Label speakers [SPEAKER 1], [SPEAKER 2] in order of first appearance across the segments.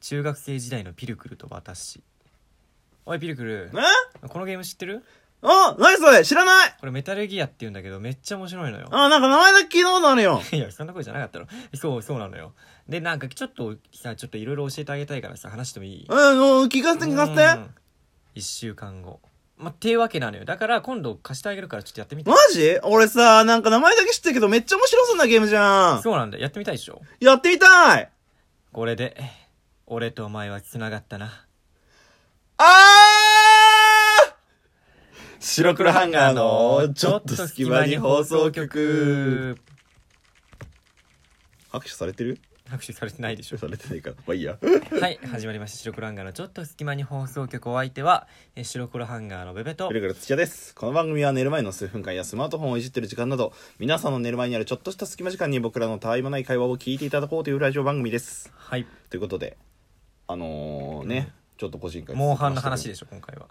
[SPEAKER 1] 中学生時代のピルクルと私おいピルクル
[SPEAKER 2] え
[SPEAKER 1] このゲーム知ってる
[SPEAKER 2] あ何それ知らない
[SPEAKER 1] これメタルギアって言うんだけどめっちゃ面白いのよ
[SPEAKER 2] あ、なんか名前だけ聞いたことあるよ。
[SPEAKER 1] いやそんなことじゃなかったのそうそうなのよでなんかちょっとさちょっといろいろ教えてあげたいからさ話してもいい
[SPEAKER 2] うん、うん聞かせて聞かせて。
[SPEAKER 1] 1週間後まあ、っていうわけなのよだから今度貸してあげるからちょっとやってみて
[SPEAKER 2] マジ俺さ、なんか名前だけ知ってるけどめっちゃ面白そうなゲームじゃん。
[SPEAKER 1] そうなんだやってみたいでしょ
[SPEAKER 2] やってみたい
[SPEAKER 1] これで俺とお前は繋がったな
[SPEAKER 2] あー白黒ハンガーのちょっと隙間に放送局。拍手されてる
[SPEAKER 1] 拍手されてないでしょ
[SPEAKER 2] されてないから。まあいいや。
[SPEAKER 1] はい始まりました白黒ハンガーのちょっと隙間に放送局お相手はえー白黒ハンガーのベベと
[SPEAKER 2] くれぐれ土屋です。この番組は寝る前の数分間やスマートフォンをいじってる時間など、皆さんの寝る前にあるちょっとした隙間時間に僕らのたわいもない会話を聞いていただこうというラジオ番組です。
[SPEAKER 1] はい
[SPEAKER 2] ということで、あのー、ね、ちょっと個人会
[SPEAKER 1] モンハンの話でしょ今回は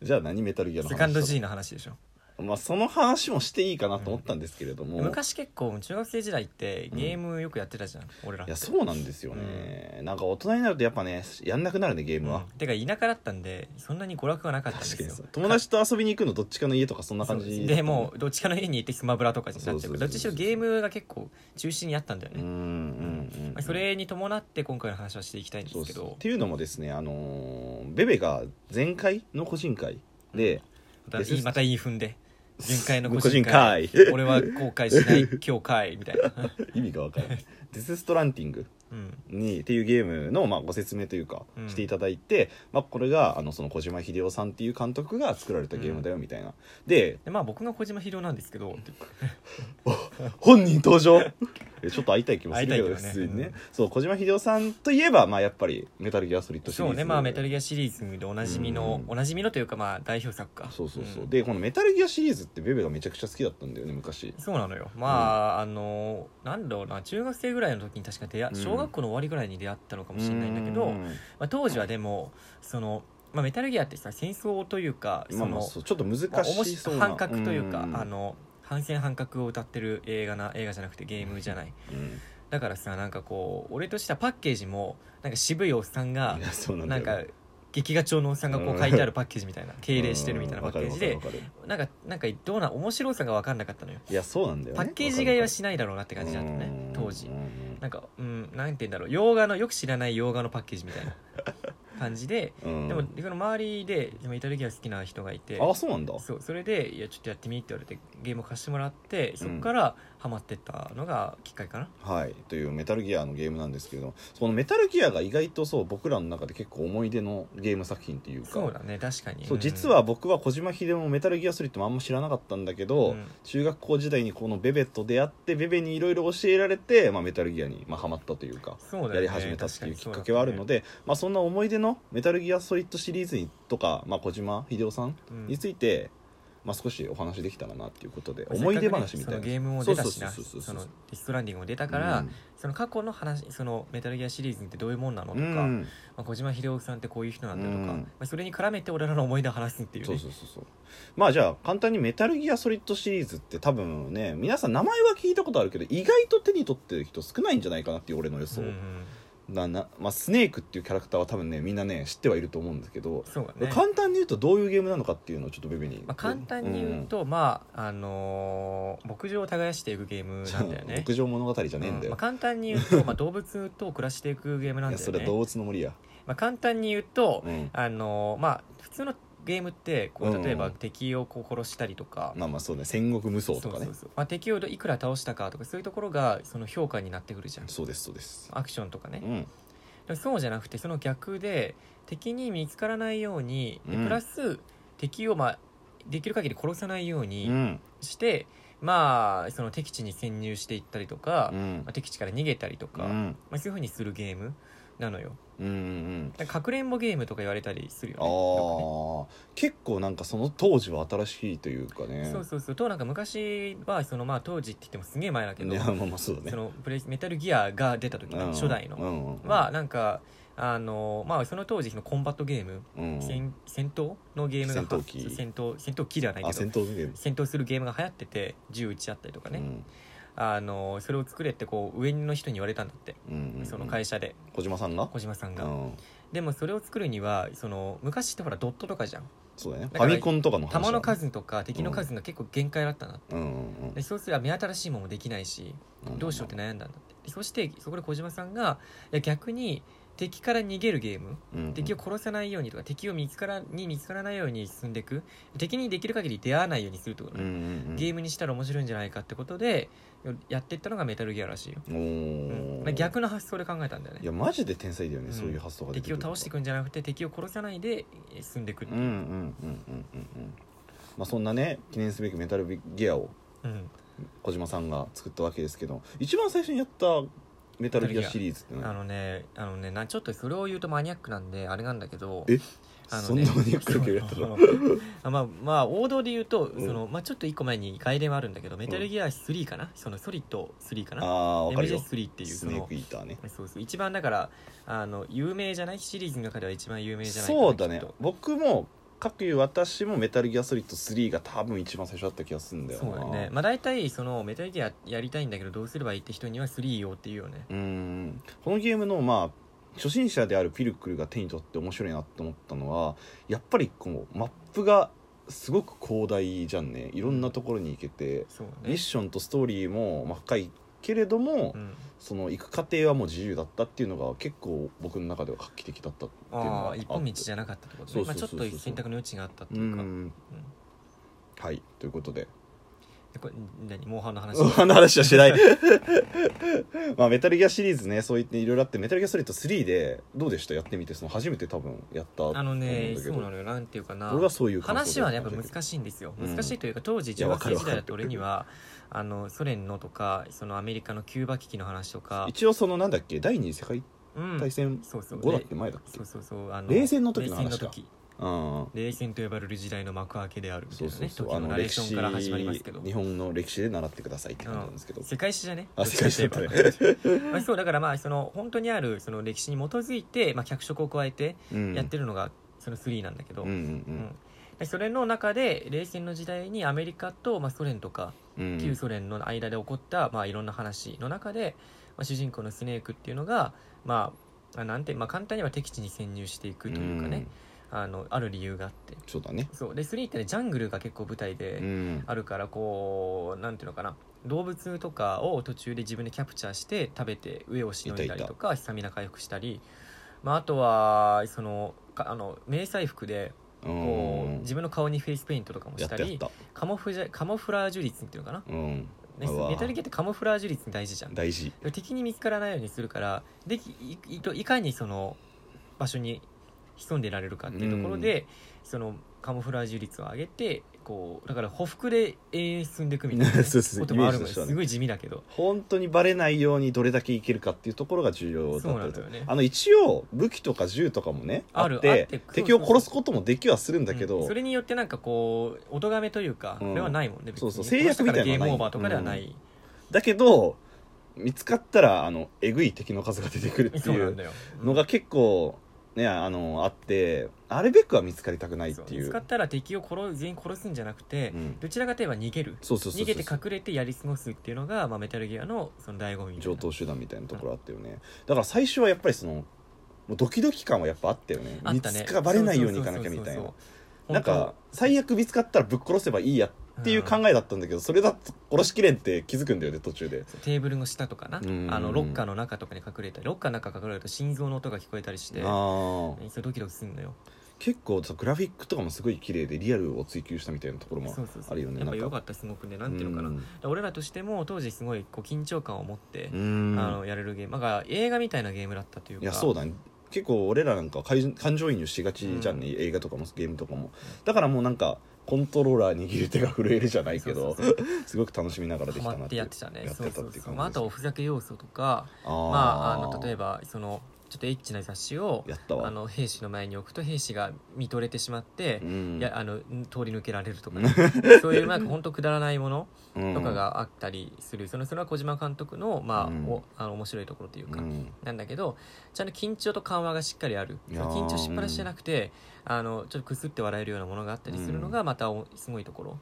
[SPEAKER 2] じゃあ何メタルギアの
[SPEAKER 1] セ
[SPEAKER 2] 話
[SPEAKER 1] カンド G の話でしょ
[SPEAKER 2] まあその話もしていいかなと思ったんですけれども、い
[SPEAKER 1] 昔結構中学生時代ってゲームよくやってたじゃん、俺ら
[SPEAKER 2] やそうなんですよね、なんか大人になるとやっぱねやんなくなるねゲームは、
[SPEAKER 1] うんてか田舎だったんでそんなに娯楽はなかったんです
[SPEAKER 2] 確か
[SPEAKER 1] よ
[SPEAKER 2] にそう友達と遊びに行くのどっちかの家とかそんな感じ
[SPEAKER 1] でもうどっちかの家に行ってスマブラとかになっちゃう
[SPEAKER 2] そ
[SPEAKER 1] け
[SPEAKER 2] うそ
[SPEAKER 1] どどっ
[SPEAKER 2] うそうそう
[SPEAKER 1] ちにしろゲームが結構中心にあったんだよ
[SPEAKER 2] うんう
[SPEAKER 1] ね、
[SPEAKER 2] ん
[SPEAKER 1] ま
[SPEAKER 2] う
[SPEAKER 1] あ
[SPEAKER 2] ん
[SPEAKER 1] それに伴って今回の話はしていきたいんで
[SPEAKER 2] そう
[SPEAKER 1] す
[SPEAKER 2] で
[SPEAKER 1] け
[SPEAKER 2] すっ
[SPEAKER 1] ど
[SPEAKER 2] ていうのもですねあのーベベが前回の個人会で、
[SPEAKER 1] またいいまたいい踏ん で前回の
[SPEAKER 2] 個
[SPEAKER 1] 個
[SPEAKER 2] 人
[SPEAKER 1] 人
[SPEAKER 2] 会
[SPEAKER 1] 会俺は後悔しない今日会みたいな、
[SPEAKER 2] 意味がわからないデス・ストランティング
[SPEAKER 1] うん、
[SPEAKER 2] にっていうゲームの、まあ、ご説明というか、
[SPEAKER 1] うん
[SPEAKER 2] していただいて、まあ、これがあのその小島秀夫さんっていう監督が作られたゲームだよみたいな、で
[SPEAKER 1] でまあ僕が小島秀夫なんですけど
[SPEAKER 2] 本人登場えちょっと会いたい気もするけど
[SPEAKER 1] 会い
[SPEAKER 2] 普
[SPEAKER 1] たいけどね
[SPEAKER 2] 通にね、
[SPEAKER 1] うん
[SPEAKER 2] そう小島秀夫さんといえば、まあ、やっぱりメタルギアソリッドシリー
[SPEAKER 1] そ
[SPEAKER 2] ズ
[SPEAKER 1] うねまあメタルギアシリーズでおなじみの、
[SPEAKER 2] うん
[SPEAKER 1] おなじみのというかまあ代表作か
[SPEAKER 2] そうそうそう、
[SPEAKER 1] ん
[SPEAKER 2] でこのメタルギアシリーズってベベがめちゃくちゃ好きだったんだよね昔
[SPEAKER 1] そうなのよまあ、あのなんだろうな中学生ぐらいの時に確か出会
[SPEAKER 2] うん
[SPEAKER 1] 小学校の終わりぐらいに出会ったのかもしれないんだけど、
[SPEAKER 2] うん
[SPEAKER 1] まあ、当時はでもその、まあ、メタルギアってさ戦争というかそ
[SPEAKER 2] まあ
[SPEAKER 1] の、
[SPEAKER 2] まあそうちょっと難
[SPEAKER 1] まあ面
[SPEAKER 2] し
[SPEAKER 1] 白
[SPEAKER 2] そうな
[SPEAKER 1] 反覚というか、
[SPEAKER 2] ん
[SPEAKER 1] あの反戦反覚を歌ってる映画な映画じゃなくてゲームじゃない
[SPEAKER 2] うん
[SPEAKER 1] だからさなんかこう俺としてはパッケージもなんか渋いおっさんが
[SPEAKER 2] いやそうなんだ
[SPEAKER 1] なん
[SPEAKER 2] よ
[SPEAKER 1] か劇画調のおっさんがこう書いてあるパッケージみたいな敬礼してるみたいな
[SPEAKER 2] うん
[SPEAKER 1] パ
[SPEAKER 2] わ
[SPEAKER 1] ッ
[SPEAKER 2] か
[SPEAKER 1] ケージ
[SPEAKER 2] る
[SPEAKER 1] で
[SPEAKER 2] わかるわか
[SPEAKER 1] なんかなんかどうな面白さが分かんなかったのよ
[SPEAKER 2] るいやそうなんだよ
[SPEAKER 1] パ
[SPEAKER 2] ね
[SPEAKER 1] ッケージ買いはしないだろうなって感じだったね当時なんかうんなんて言うんだろう洋画のよく知らない洋画のパッケージみたいな感じで
[SPEAKER 2] で
[SPEAKER 1] でもその周りででもイタリア好きな人がいて
[SPEAKER 2] あそうなんだ
[SPEAKER 1] そうそれで「いやちょっとやってみ」って言われてゲームを貸してもらってそこからハマってったのがきっかけかな、
[SPEAKER 2] はいというメタルギアのゲームなんですけどそのメタルギアが意外とそう僕らの中で結構思い出のゲーム作品っていうか
[SPEAKER 1] そうだね確かに
[SPEAKER 2] そう実は僕は小島秀夫もメタルギアスリットもあんま知らなかったんだけど、
[SPEAKER 1] うん
[SPEAKER 2] 中学校時代にこのベベと出会ってベベにいろいろ教えられて、まあ、メタルギアにまあハマったというか
[SPEAKER 1] そうだよね
[SPEAKER 2] やり始めたっていうきっかけはあるの
[SPEAKER 1] で、
[SPEAKER 2] で、まあ、そんな思い出のメタルギアソリッドシリーズにとか、まあ、小島秀夫さん
[SPEAKER 1] うん
[SPEAKER 2] について、まあ、少しお話できたらなっていうことで、思い出話みたい
[SPEAKER 1] そ
[SPEAKER 2] な
[SPEAKER 1] のゲームも出たしな
[SPEAKER 2] そ
[SPEAKER 1] そう
[SPEAKER 2] そうそうそうそう
[SPEAKER 1] のディストランディングも出たから、
[SPEAKER 2] うん
[SPEAKER 1] その過去の話そのメタルギアシリーズってどういうもんなのと
[SPEAKER 2] う
[SPEAKER 1] か、ま
[SPEAKER 2] ん
[SPEAKER 1] あ、小島秀夫さんってこういう人なんだよとか、
[SPEAKER 2] うん
[SPEAKER 1] まあ、それに絡めて俺らの思い出を話すっていうね
[SPEAKER 2] そうそうそうそうまあじゃあ簡単にメタルギアソリッドシリーズって多分ね皆さん名前は聞いたことあるけど意外と手に取ってる人少ないんじゃないかなっていう俺の予想、
[SPEAKER 1] んん
[SPEAKER 2] ななまあ、スネークっていうキャラクターは多分ねみんなね知ってはいると思うんですけど、
[SPEAKER 1] そうだね
[SPEAKER 2] 簡単に言うとどういうゲームなのかっていうのをちょっとベベに、
[SPEAKER 1] まあ、簡単に言うと、まああのー牧場を耕していくゲーム
[SPEAKER 2] うん、
[SPEAKER 1] なんだよね
[SPEAKER 2] 牧場物語じゃねえん
[SPEAKER 1] うん
[SPEAKER 2] だ
[SPEAKER 1] まあ、
[SPEAKER 2] よ、
[SPEAKER 1] 簡単に言うと、まあ、動物と暮らしていくゲームなん
[SPEAKER 2] い
[SPEAKER 1] だ
[SPEAKER 2] や
[SPEAKER 1] よ
[SPEAKER 2] それは
[SPEAKER 1] ね、
[SPEAKER 2] 動物の森や、
[SPEAKER 1] まあ、簡単に言うと、
[SPEAKER 2] うん、
[SPEAKER 1] あのーまあ普通のゲームってこ
[SPEAKER 2] うん
[SPEAKER 1] う例えば敵をこう殺したりとか、
[SPEAKER 2] まあまあそうね戦国無双とか
[SPEAKER 1] そう
[SPEAKER 2] ね
[SPEAKER 1] そうそうまあ、敵をいくら倒したかとかそういうところがその評価になってくるじゃん
[SPEAKER 2] そうですそうです
[SPEAKER 1] アクションとかね
[SPEAKER 2] う、ん
[SPEAKER 1] でもそうじゃなくてその逆で敵に見つからないように、で
[SPEAKER 2] うん
[SPEAKER 1] プラス敵を、まあ、できる限り殺さないよう
[SPEAKER 2] う
[SPEAKER 1] に
[SPEAKER 2] ん
[SPEAKER 1] して、まあその敵地に潜入していったりとか、
[SPEAKER 2] う
[SPEAKER 1] ま
[SPEAKER 2] ん
[SPEAKER 1] あ、敵地から逃げたりと
[SPEAKER 2] う
[SPEAKER 1] か、ま
[SPEAKER 2] ん
[SPEAKER 1] あ、そういうふうにするゲームなのよ
[SPEAKER 2] うんうん
[SPEAKER 1] なんかかくれんぼゲームとか言われたりするよ
[SPEAKER 2] あ
[SPEAKER 1] ねよ
[SPEAKER 2] ー結構なんかその当時は新しいというか
[SPEAKER 1] く
[SPEAKER 2] ね
[SPEAKER 1] ねそうそうそうとなんか昔はそのまあ当時って言ってもすげえ前だけど
[SPEAKER 2] いやまあまあそうだね
[SPEAKER 1] そのプレイメタルギアが出た時
[SPEAKER 2] うん
[SPEAKER 1] の初代の、
[SPEAKER 2] うんうんうん
[SPEAKER 1] はなんかあのまあその当時そのコンバットゲーム、
[SPEAKER 2] うん
[SPEAKER 1] 戦戦闘のゲームが
[SPEAKER 2] 戦闘機
[SPEAKER 1] 戦闘戦闘機ではない
[SPEAKER 2] あ
[SPEAKER 1] けど
[SPEAKER 2] 戦闘ゲーム
[SPEAKER 1] 戦闘するゲームが流行ってて銃撃ち合ったりとかね、
[SPEAKER 2] うん
[SPEAKER 1] あのそれを作れってこう上の人に言われたんだって
[SPEAKER 2] うんうん
[SPEAKER 1] その会社で
[SPEAKER 2] 小島さんが
[SPEAKER 1] 小島さん
[SPEAKER 2] う
[SPEAKER 1] が
[SPEAKER 2] ん、
[SPEAKER 1] でもそれを作るにはその昔ってほらドットとかじゃん
[SPEAKER 2] そうだよね
[SPEAKER 1] だ
[SPEAKER 2] フ
[SPEAKER 1] か
[SPEAKER 2] ァ
[SPEAKER 1] ら
[SPEAKER 2] ミコンとかの話だね
[SPEAKER 1] 弾の数とか敵の数が結構限界だったな
[SPEAKER 2] うんうん
[SPEAKER 1] でそうすれば目新しいものもできないし
[SPEAKER 2] うん
[SPEAKER 1] どうしようって悩んだんだってでそしてそこで小島さんがいや逆に敵から逃げるゲーム
[SPEAKER 2] うんうん
[SPEAKER 1] 敵を殺さないようにとか敵を見つからに見つからないように進んでいく敵にできる限り出会わないようにするってこと
[SPEAKER 2] うんう
[SPEAKER 1] ね、
[SPEAKER 2] ん
[SPEAKER 1] ゲームにしたら面白いんじゃないかってことでやっていったのがメタルギアらしいよ、
[SPEAKER 2] うんお
[SPEAKER 1] うん
[SPEAKER 2] ー
[SPEAKER 1] まあ逆の発想で考えたんだよね
[SPEAKER 2] いやマジで天才だよね、
[SPEAKER 1] うん
[SPEAKER 2] そういう発想が出て
[SPEAKER 1] 敵
[SPEAKER 2] く
[SPEAKER 1] を
[SPEAKER 2] る
[SPEAKER 1] 倒してい
[SPEAKER 2] い
[SPEAKER 1] くんじゃなくて敵を殺さないでえー進んでいくって
[SPEAKER 2] うんうんうんうんうんうんまあそんなね記念すべきメタルギアを
[SPEAKER 1] うん
[SPEAKER 2] 小島さんが作ったわけですけど一番最初にやったメタルギアシリーズって
[SPEAKER 1] あ
[SPEAKER 2] 何
[SPEAKER 1] のねあのねなちょっとそれを言うとマニアックなんであれなんだけど
[SPEAKER 2] え
[SPEAKER 1] あ
[SPEAKER 2] そんなマニアックなゲームやったの
[SPEAKER 1] そう あまあまあ王道で言うと、
[SPEAKER 2] うん
[SPEAKER 1] そのまあ、ちょっと一個前に外伝はあるんだけど、メタルギア3かなそのソリッド3か
[SPEAKER 2] あ
[SPEAKER 1] な
[SPEAKER 2] あ分かるよ
[SPEAKER 1] MJ3 っていう
[SPEAKER 2] ス
[SPEAKER 1] そ
[SPEAKER 2] ネー
[SPEAKER 1] の
[SPEAKER 2] クイーターね
[SPEAKER 1] そうそう一番だからあの有名じゃないシリーズの中では一番有名じゃないかな
[SPEAKER 2] そうだね
[SPEAKER 1] きっと
[SPEAKER 2] 僕も各いう私もメタルギアソリッド3が多分一番最初だった気がするんだよな
[SPEAKER 1] そうだねまあ大体そのメタルギアやりたいんだけどどうすればいいって人には3用っていうよね
[SPEAKER 2] うーんこのゲームのまあ初心者であるピルクルが手に取って面白いなって思ったのはやっぱりこうマップがすごく広大じゃんねいろんなところに行けて
[SPEAKER 1] そうだ
[SPEAKER 2] ミ
[SPEAKER 1] ね
[SPEAKER 2] ッションとストーリーもまあ深いけれども、
[SPEAKER 1] うん
[SPEAKER 2] その行く過程はもう自由だったっていうのが結構僕の中では画期的だったっていうのが
[SPEAKER 1] あ
[SPEAKER 2] あっ
[SPEAKER 1] あ
[SPEAKER 2] て
[SPEAKER 1] 一本道じゃなかったってこと
[SPEAKER 2] そ
[SPEAKER 1] ね
[SPEAKER 2] うそ
[SPEAKER 1] ま
[SPEAKER 2] う
[SPEAKER 1] あ
[SPEAKER 2] そ
[SPEAKER 1] ち
[SPEAKER 2] う
[SPEAKER 1] ょっ
[SPEAKER 2] そう
[SPEAKER 1] と選択の余地があったって
[SPEAKER 2] う
[SPEAKER 1] いうか、うん
[SPEAKER 2] んはいということで
[SPEAKER 1] でこれ何モンハンの話
[SPEAKER 2] そんな 話はしないまあメタルギアシリーズねそう言っていろいろあってメタルギアソリッド3でどうでしたやってみてその初めて多分やった
[SPEAKER 1] あのね
[SPEAKER 2] と
[SPEAKER 1] そ
[SPEAKER 2] 思
[SPEAKER 1] う
[SPEAKER 2] う
[SPEAKER 1] な
[SPEAKER 2] んだ
[SPEAKER 1] のよなんていうか
[SPEAKER 2] けど
[SPEAKER 1] な
[SPEAKER 2] 俺はそういう感
[SPEAKER 1] 話
[SPEAKER 2] 想
[SPEAKER 1] はね
[SPEAKER 2] だ
[SPEAKER 1] や
[SPEAKER 2] った
[SPEAKER 1] っ
[SPEAKER 2] ん
[SPEAKER 1] ぱ
[SPEAKER 2] だけど
[SPEAKER 1] 難しいんですよ
[SPEAKER 2] うん
[SPEAKER 1] 難しいというか当時
[SPEAKER 2] や
[SPEAKER 1] 中
[SPEAKER 2] わ
[SPEAKER 1] 学
[SPEAKER 2] か
[SPEAKER 1] 生
[SPEAKER 2] るわ
[SPEAKER 1] 時
[SPEAKER 2] かる
[SPEAKER 1] 代だった俺にはあのソ連のとかそのアメリカのキューバ危機の話とか
[SPEAKER 2] 一応そのなんだっけ第二次世界
[SPEAKER 1] うん
[SPEAKER 2] 大戦
[SPEAKER 1] そうそう
[SPEAKER 2] 後だっ
[SPEAKER 1] で
[SPEAKER 2] け前だっけ
[SPEAKER 1] そうそうそうあの
[SPEAKER 2] 冷戦の時の話か
[SPEAKER 1] 冷戦の時
[SPEAKER 2] うん
[SPEAKER 1] 冷戦と呼ばれる時代の幕開けであるみた
[SPEAKER 2] そ
[SPEAKER 1] いうな
[SPEAKER 2] そう
[SPEAKER 1] ね
[SPEAKER 2] そう
[SPEAKER 1] 時
[SPEAKER 2] あ
[SPEAKER 1] の
[SPEAKER 2] の
[SPEAKER 1] ナレー
[SPEAKER 2] 歴
[SPEAKER 1] ショ
[SPEAKER 2] 史
[SPEAKER 1] ンから始まりますけど
[SPEAKER 2] 日本の歴史で習ってくださいって感じなんですけど
[SPEAKER 1] 世界史じゃね
[SPEAKER 2] あ世界史だったね
[SPEAKER 1] どっちかといえばまあそうだからまあその本当にあるその歴史に基づいて、まあ、脚色を加えて
[SPEAKER 2] うん
[SPEAKER 1] やってるのがその3なんだけど、
[SPEAKER 2] うんうん
[SPEAKER 1] でそれの中で冷戦の時代にアメリカと、まあ、ソ連とか
[SPEAKER 2] うんうん
[SPEAKER 1] 旧ソ連の間で起こった、まあ、いろんな話の中で、まあ、主人公のスネークっていうのが、まああ、なんて、まあ、簡単には敵地に潜入していくというかね、あのある理由があって
[SPEAKER 2] うんそうだね
[SPEAKER 1] そうで3ってねジャングルが結構舞台で
[SPEAKER 2] うん
[SPEAKER 1] あるからこうなんていうのかな動物とかを途中で自分でキャプチャーして食べて飢えをしのいだりとかスタミナ回復したり、まあ、あとはそのかあの迷彩服でこう自分の顔にフェイスペイントとかも
[SPEAKER 2] や
[SPEAKER 1] し
[SPEAKER 2] ったたやっ
[SPEAKER 1] り
[SPEAKER 2] た
[SPEAKER 1] カモフジャカモフラージュ率っていうのかな
[SPEAKER 2] うん
[SPEAKER 1] ね
[SPEAKER 2] うわ
[SPEAKER 1] メタルギアってカモフラージュ率大事じゃん
[SPEAKER 2] 大事
[SPEAKER 1] 敵に見つからないようにするからできいいといかにその場所に潜んでられるかっていうところで、そのカモフラージュ率を上げてこうだから匍匐で永遠進んでいくみたいな
[SPEAKER 2] そうそう
[SPEAKER 1] こともある
[SPEAKER 2] イ
[SPEAKER 1] の
[SPEAKER 2] メージ
[SPEAKER 1] で
[SPEAKER 2] としてはね
[SPEAKER 1] すごい地味だけど
[SPEAKER 2] 本当にバレないようにどれだけいけるかっていうところが重要だ
[SPEAKER 1] そう
[SPEAKER 2] った
[SPEAKER 1] なん
[SPEAKER 2] り
[SPEAKER 1] だ
[SPEAKER 2] とか
[SPEAKER 1] よね
[SPEAKER 2] あの一応武器とか銃とかもねあ
[SPEAKER 1] あ
[SPEAKER 2] っ
[SPEAKER 1] る
[SPEAKER 2] て
[SPEAKER 1] あってそう
[SPEAKER 2] 敵を殺すこともできはするんだけど、
[SPEAKER 1] うんそれによってなんかこうお咎めというか、
[SPEAKER 2] うん
[SPEAKER 1] これはないもんね別
[SPEAKER 2] そう
[SPEAKER 1] に
[SPEAKER 2] そう制約みたいなのはない
[SPEAKER 1] この人からゲームオーバーとかではない、
[SPEAKER 2] だけど見つかったらあのえぐい敵の数が出てくるって
[SPEAKER 1] そう
[SPEAKER 2] い
[SPEAKER 1] なん
[SPEAKER 2] う
[SPEAKER 1] だよ、うん
[SPEAKER 2] のが結構ねあのあってあれべくは見つかりたくないっ
[SPEAKER 1] そう
[SPEAKER 2] ていう
[SPEAKER 1] 見つかったら敵を殺全員殺すんじゃなくて、
[SPEAKER 2] うん
[SPEAKER 1] どちらかといえば逃げる
[SPEAKER 2] そうそうそうそう
[SPEAKER 1] 逃げて隠れてやり過ごすっていうのが、まあ、メタルギアのその醍醐味みたい
[SPEAKER 2] 上
[SPEAKER 1] な
[SPEAKER 2] 等手段みたいなところあったよねだから最初はやっぱりそのもうドキドキ感はやっぱあったよね
[SPEAKER 1] あっ
[SPEAKER 2] 見
[SPEAKER 1] たね
[SPEAKER 2] つかバレないようにいかなきゃみたい
[SPEAKER 1] そうそうそ
[SPEAKER 2] な
[SPEAKER 1] うそう
[SPEAKER 2] なんか最悪見つかったらぶっ殺せばいいやっていう考えだったんだけど、それだと殺しきれんって気づくんだよね途中で
[SPEAKER 1] 本当テーブルの下とかな、
[SPEAKER 2] うん
[SPEAKER 1] あのロッカーの中とかに隠れたりロッカーの中隠れると心臓の音が聞こえたりして
[SPEAKER 2] あー
[SPEAKER 1] それドキドキするのよ
[SPEAKER 2] 結構そうグラフィックとかもすごい綺麗でリアルを追求したみたいなところも
[SPEAKER 1] そうそうそう
[SPEAKER 2] あるよね
[SPEAKER 1] やっぱ
[SPEAKER 2] なん
[SPEAKER 1] 良
[SPEAKER 2] か
[SPEAKER 1] かったすごくねなんていうのかな、
[SPEAKER 2] うん
[SPEAKER 1] だから俺らとしても当時すごいこう緊張感を持って
[SPEAKER 2] う、ん
[SPEAKER 1] あのやれるゲームだから映画みたいなゲームだったというか
[SPEAKER 2] いやそう
[SPEAKER 1] だ
[SPEAKER 2] だね結構俺らなんか感感情移入しがちじゃんね、
[SPEAKER 1] う
[SPEAKER 2] 映画とかもゲームとかもだからもうなんかコントローラー握る手が震えるじゃない けど すごく楽しみながらで
[SPEAKER 1] ハ
[SPEAKER 2] きた
[SPEAKER 1] マ
[SPEAKER 2] な
[SPEAKER 1] ってやってたね
[SPEAKER 2] やって
[SPEAKER 1] そ
[SPEAKER 2] たっ
[SPEAKER 1] うそう
[SPEAKER 2] ていう感じです
[SPEAKER 1] そう、まあ、あとはおふざけ要素とか
[SPEAKER 2] あ
[SPEAKER 1] まあ、あの例えば
[SPEAKER 2] ば
[SPEAKER 1] そのちょっとエッチな雑誌を
[SPEAKER 2] やったわ
[SPEAKER 1] あの兵士の前に置くと兵士が見とれてしまって、
[SPEAKER 2] うん
[SPEAKER 1] いやあのん通り抜けられるとかね、そういうなんか本当くだらないもの
[SPEAKER 2] うん
[SPEAKER 1] とかがあったりする、そのそれは小島監督の,、まあ
[SPEAKER 2] うん
[SPEAKER 1] おあの面白いところという
[SPEAKER 2] う
[SPEAKER 1] か、
[SPEAKER 2] ん
[SPEAKER 1] なんだけどちゃんと緊張と緩和がしっかりある
[SPEAKER 2] いやー
[SPEAKER 1] 緊張しっぱなしじゃなくて、あのちょっとくすって笑えるようなものがあったりするのがまたおすごいところ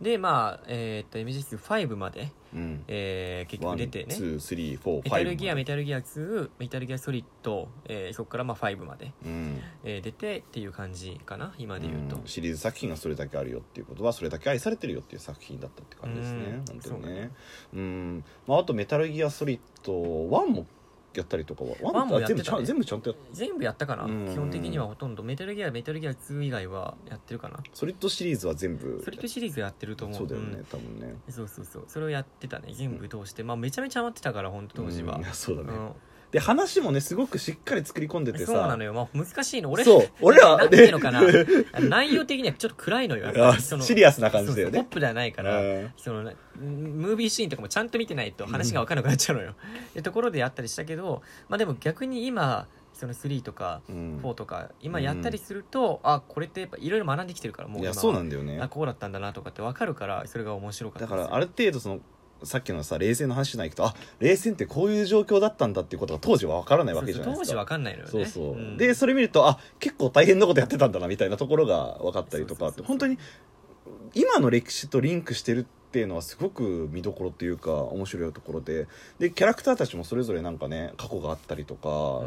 [SPEAKER 1] でまあえーっと MGS5 まで、
[SPEAKER 2] うん
[SPEAKER 1] えー結
[SPEAKER 2] ワ
[SPEAKER 1] 局
[SPEAKER 2] ン
[SPEAKER 1] 出てね
[SPEAKER 2] ツースリーフォーフ
[SPEAKER 1] メ
[SPEAKER 2] ァ
[SPEAKER 1] タ
[SPEAKER 2] イブ
[SPEAKER 1] ルギア
[SPEAKER 2] まで
[SPEAKER 1] メタルギア2メタルギアソリッド、えーそこからまあ5まで、
[SPEAKER 2] うん
[SPEAKER 1] えー出てっていう感じかな今で言うと、
[SPEAKER 2] うんシリーズ作品がそれだけあるよっていうことはそれだけ愛されてるよっていう作品だったって感じですね、
[SPEAKER 1] うん
[SPEAKER 2] 本当に
[SPEAKER 1] そうだ
[SPEAKER 2] ね
[SPEAKER 1] ね
[SPEAKER 2] うん、まあ、あと「メタルギアソリッド1」もやったりとかは
[SPEAKER 1] ワンも
[SPEAKER 2] あ
[SPEAKER 1] やっ
[SPEAKER 2] 全
[SPEAKER 1] て
[SPEAKER 2] 部
[SPEAKER 1] たね
[SPEAKER 2] ちゃん全部ちゃんとやっ
[SPEAKER 1] 全部やったかな、
[SPEAKER 2] うん
[SPEAKER 1] 基本的にはほとんどメタルギアメタルギア2以外はやってるかな
[SPEAKER 2] ソリッドシリーズは全部
[SPEAKER 1] ソリッドシリーズやってると思う
[SPEAKER 2] そうだよね、
[SPEAKER 1] ん
[SPEAKER 2] 多分ね
[SPEAKER 1] そうそうそうそれをやってたね全部通して、まあめちゃめちゃハマってたから本当当時は、
[SPEAKER 2] うんいやそうだ
[SPEAKER 1] うん
[SPEAKER 2] ね、で話もねすごくしっかり作り込んでて
[SPEAKER 1] そうな
[SPEAKER 2] さ
[SPEAKER 1] のよ、まあ、難しいの俺
[SPEAKER 2] そう俺ら
[SPEAKER 1] なんていうの かなあの内容的にはちょっと暗いのよやっぱ
[SPEAKER 2] あ
[SPEAKER 1] りその
[SPEAKER 2] シリアスな感じだよ
[SPEAKER 1] そうそう
[SPEAKER 2] ね
[SPEAKER 1] ポップではないから、
[SPEAKER 2] うん
[SPEAKER 1] そのねムービーシーンとかもちゃんと見てないと話が分からなくなっちゃうのよ、でところでやったりしたけど、まあ、でも逆に今その3とか
[SPEAKER 2] うん
[SPEAKER 1] 4とか今やったりすると、あこれってやっぱいろいろ学んできてるからもう
[SPEAKER 2] い
[SPEAKER 1] 今
[SPEAKER 2] や
[SPEAKER 1] は
[SPEAKER 2] そうなんだよね
[SPEAKER 1] あこうだったんだなとかって分かるからそれが面白かった
[SPEAKER 2] だからあ
[SPEAKER 1] れ
[SPEAKER 2] る程度そのさっきのさ冷戦の話じゃないけどあ冷戦ってこういう状況だったんだっていうことが当時は分からないわけじゃない
[SPEAKER 1] 当
[SPEAKER 2] です
[SPEAKER 1] 時分
[SPEAKER 2] か。
[SPEAKER 1] かんないのよね
[SPEAKER 2] そうそう、
[SPEAKER 1] ん
[SPEAKER 2] でそれ見るとあ結構大変なことやってたんだなみたいなところが分かったりとか
[SPEAKER 1] そうそうそうそう
[SPEAKER 2] 本当に今の歴史とリンクしてるっていうのはすごく見どころというか面白いところででキャラクターたちもそれぞれなんかね過去があったりとか、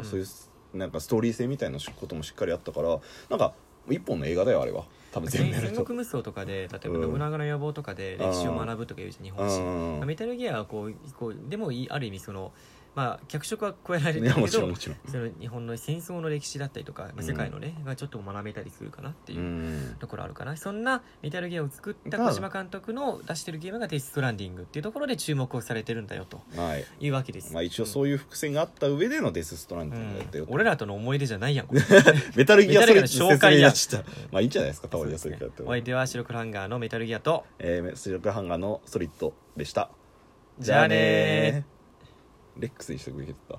[SPEAKER 1] うん
[SPEAKER 2] そういうなんかストーリー性みたいなこともしっかりあったからなんか一本の映画だよあれは多分全
[SPEAKER 1] 戦
[SPEAKER 2] 部やる
[SPEAKER 1] 戦
[SPEAKER 2] と。
[SPEAKER 1] 国無双とかで例えば
[SPEAKER 2] うん
[SPEAKER 1] 信長の野望とかで歴史を学ぶとかいうじゃん日本史
[SPEAKER 2] うん
[SPEAKER 1] まあメタルギアはこうこうでもいいある意味そのまあ脚色は加えられて
[SPEAKER 2] い
[SPEAKER 1] る
[SPEAKER 2] や
[SPEAKER 1] け
[SPEAKER 2] もちろ
[SPEAKER 1] ど
[SPEAKER 2] んもちろん。
[SPEAKER 1] その日本の戦争の歴史だったりとか、まあ、世界のね、がちょっと学べたりするかなっていううんところあるかな、そんなメタルギアを作った
[SPEAKER 2] が
[SPEAKER 1] 小島監督の出してるゲームが「デス・ストランディング」っていうところで注目をされてるんだよと
[SPEAKER 2] はい、
[SPEAKER 1] いうわけです、
[SPEAKER 2] まあ、一応そういう伏線があった上でのデス・ストランディングだった
[SPEAKER 1] う
[SPEAKER 2] よ
[SPEAKER 1] ん
[SPEAKER 2] と、
[SPEAKER 1] 俺らとの思い出じゃないやんこれ
[SPEAKER 2] メタルギアソリッドの
[SPEAKER 1] メ
[SPEAKER 2] 説
[SPEAKER 1] タ
[SPEAKER 2] 明
[SPEAKER 1] ル
[SPEAKER 2] に
[SPEAKER 1] ギ
[SPEAKER 2] な
[SPEAKER 1] ア
[SPEAKER 2] っ
[SPEAKER 1] の
[SPEAKER 2] ちゃったまあいいんじゃないですかタ
[SPEAKER 1] そ
[SPEAKER 2] オ
[SPEAKER 1] う
[SPEAKER 2] ル
[SPEAKER 1] で
[SPEAKER 2] が
[SPEAKER 1] す
[SPEAKER 2] それ
[SPEAKER 1] ね
[SPEAKER 2] からって
[SPEAKER 1] お相手は白黒ハンガーのメタルギアと
[SPEAKER 2] えー、出力ハンガーのソリッドでした
[SPEAKER 1] じゃあねー
[SPEAKER 2] レックスにしてくれてた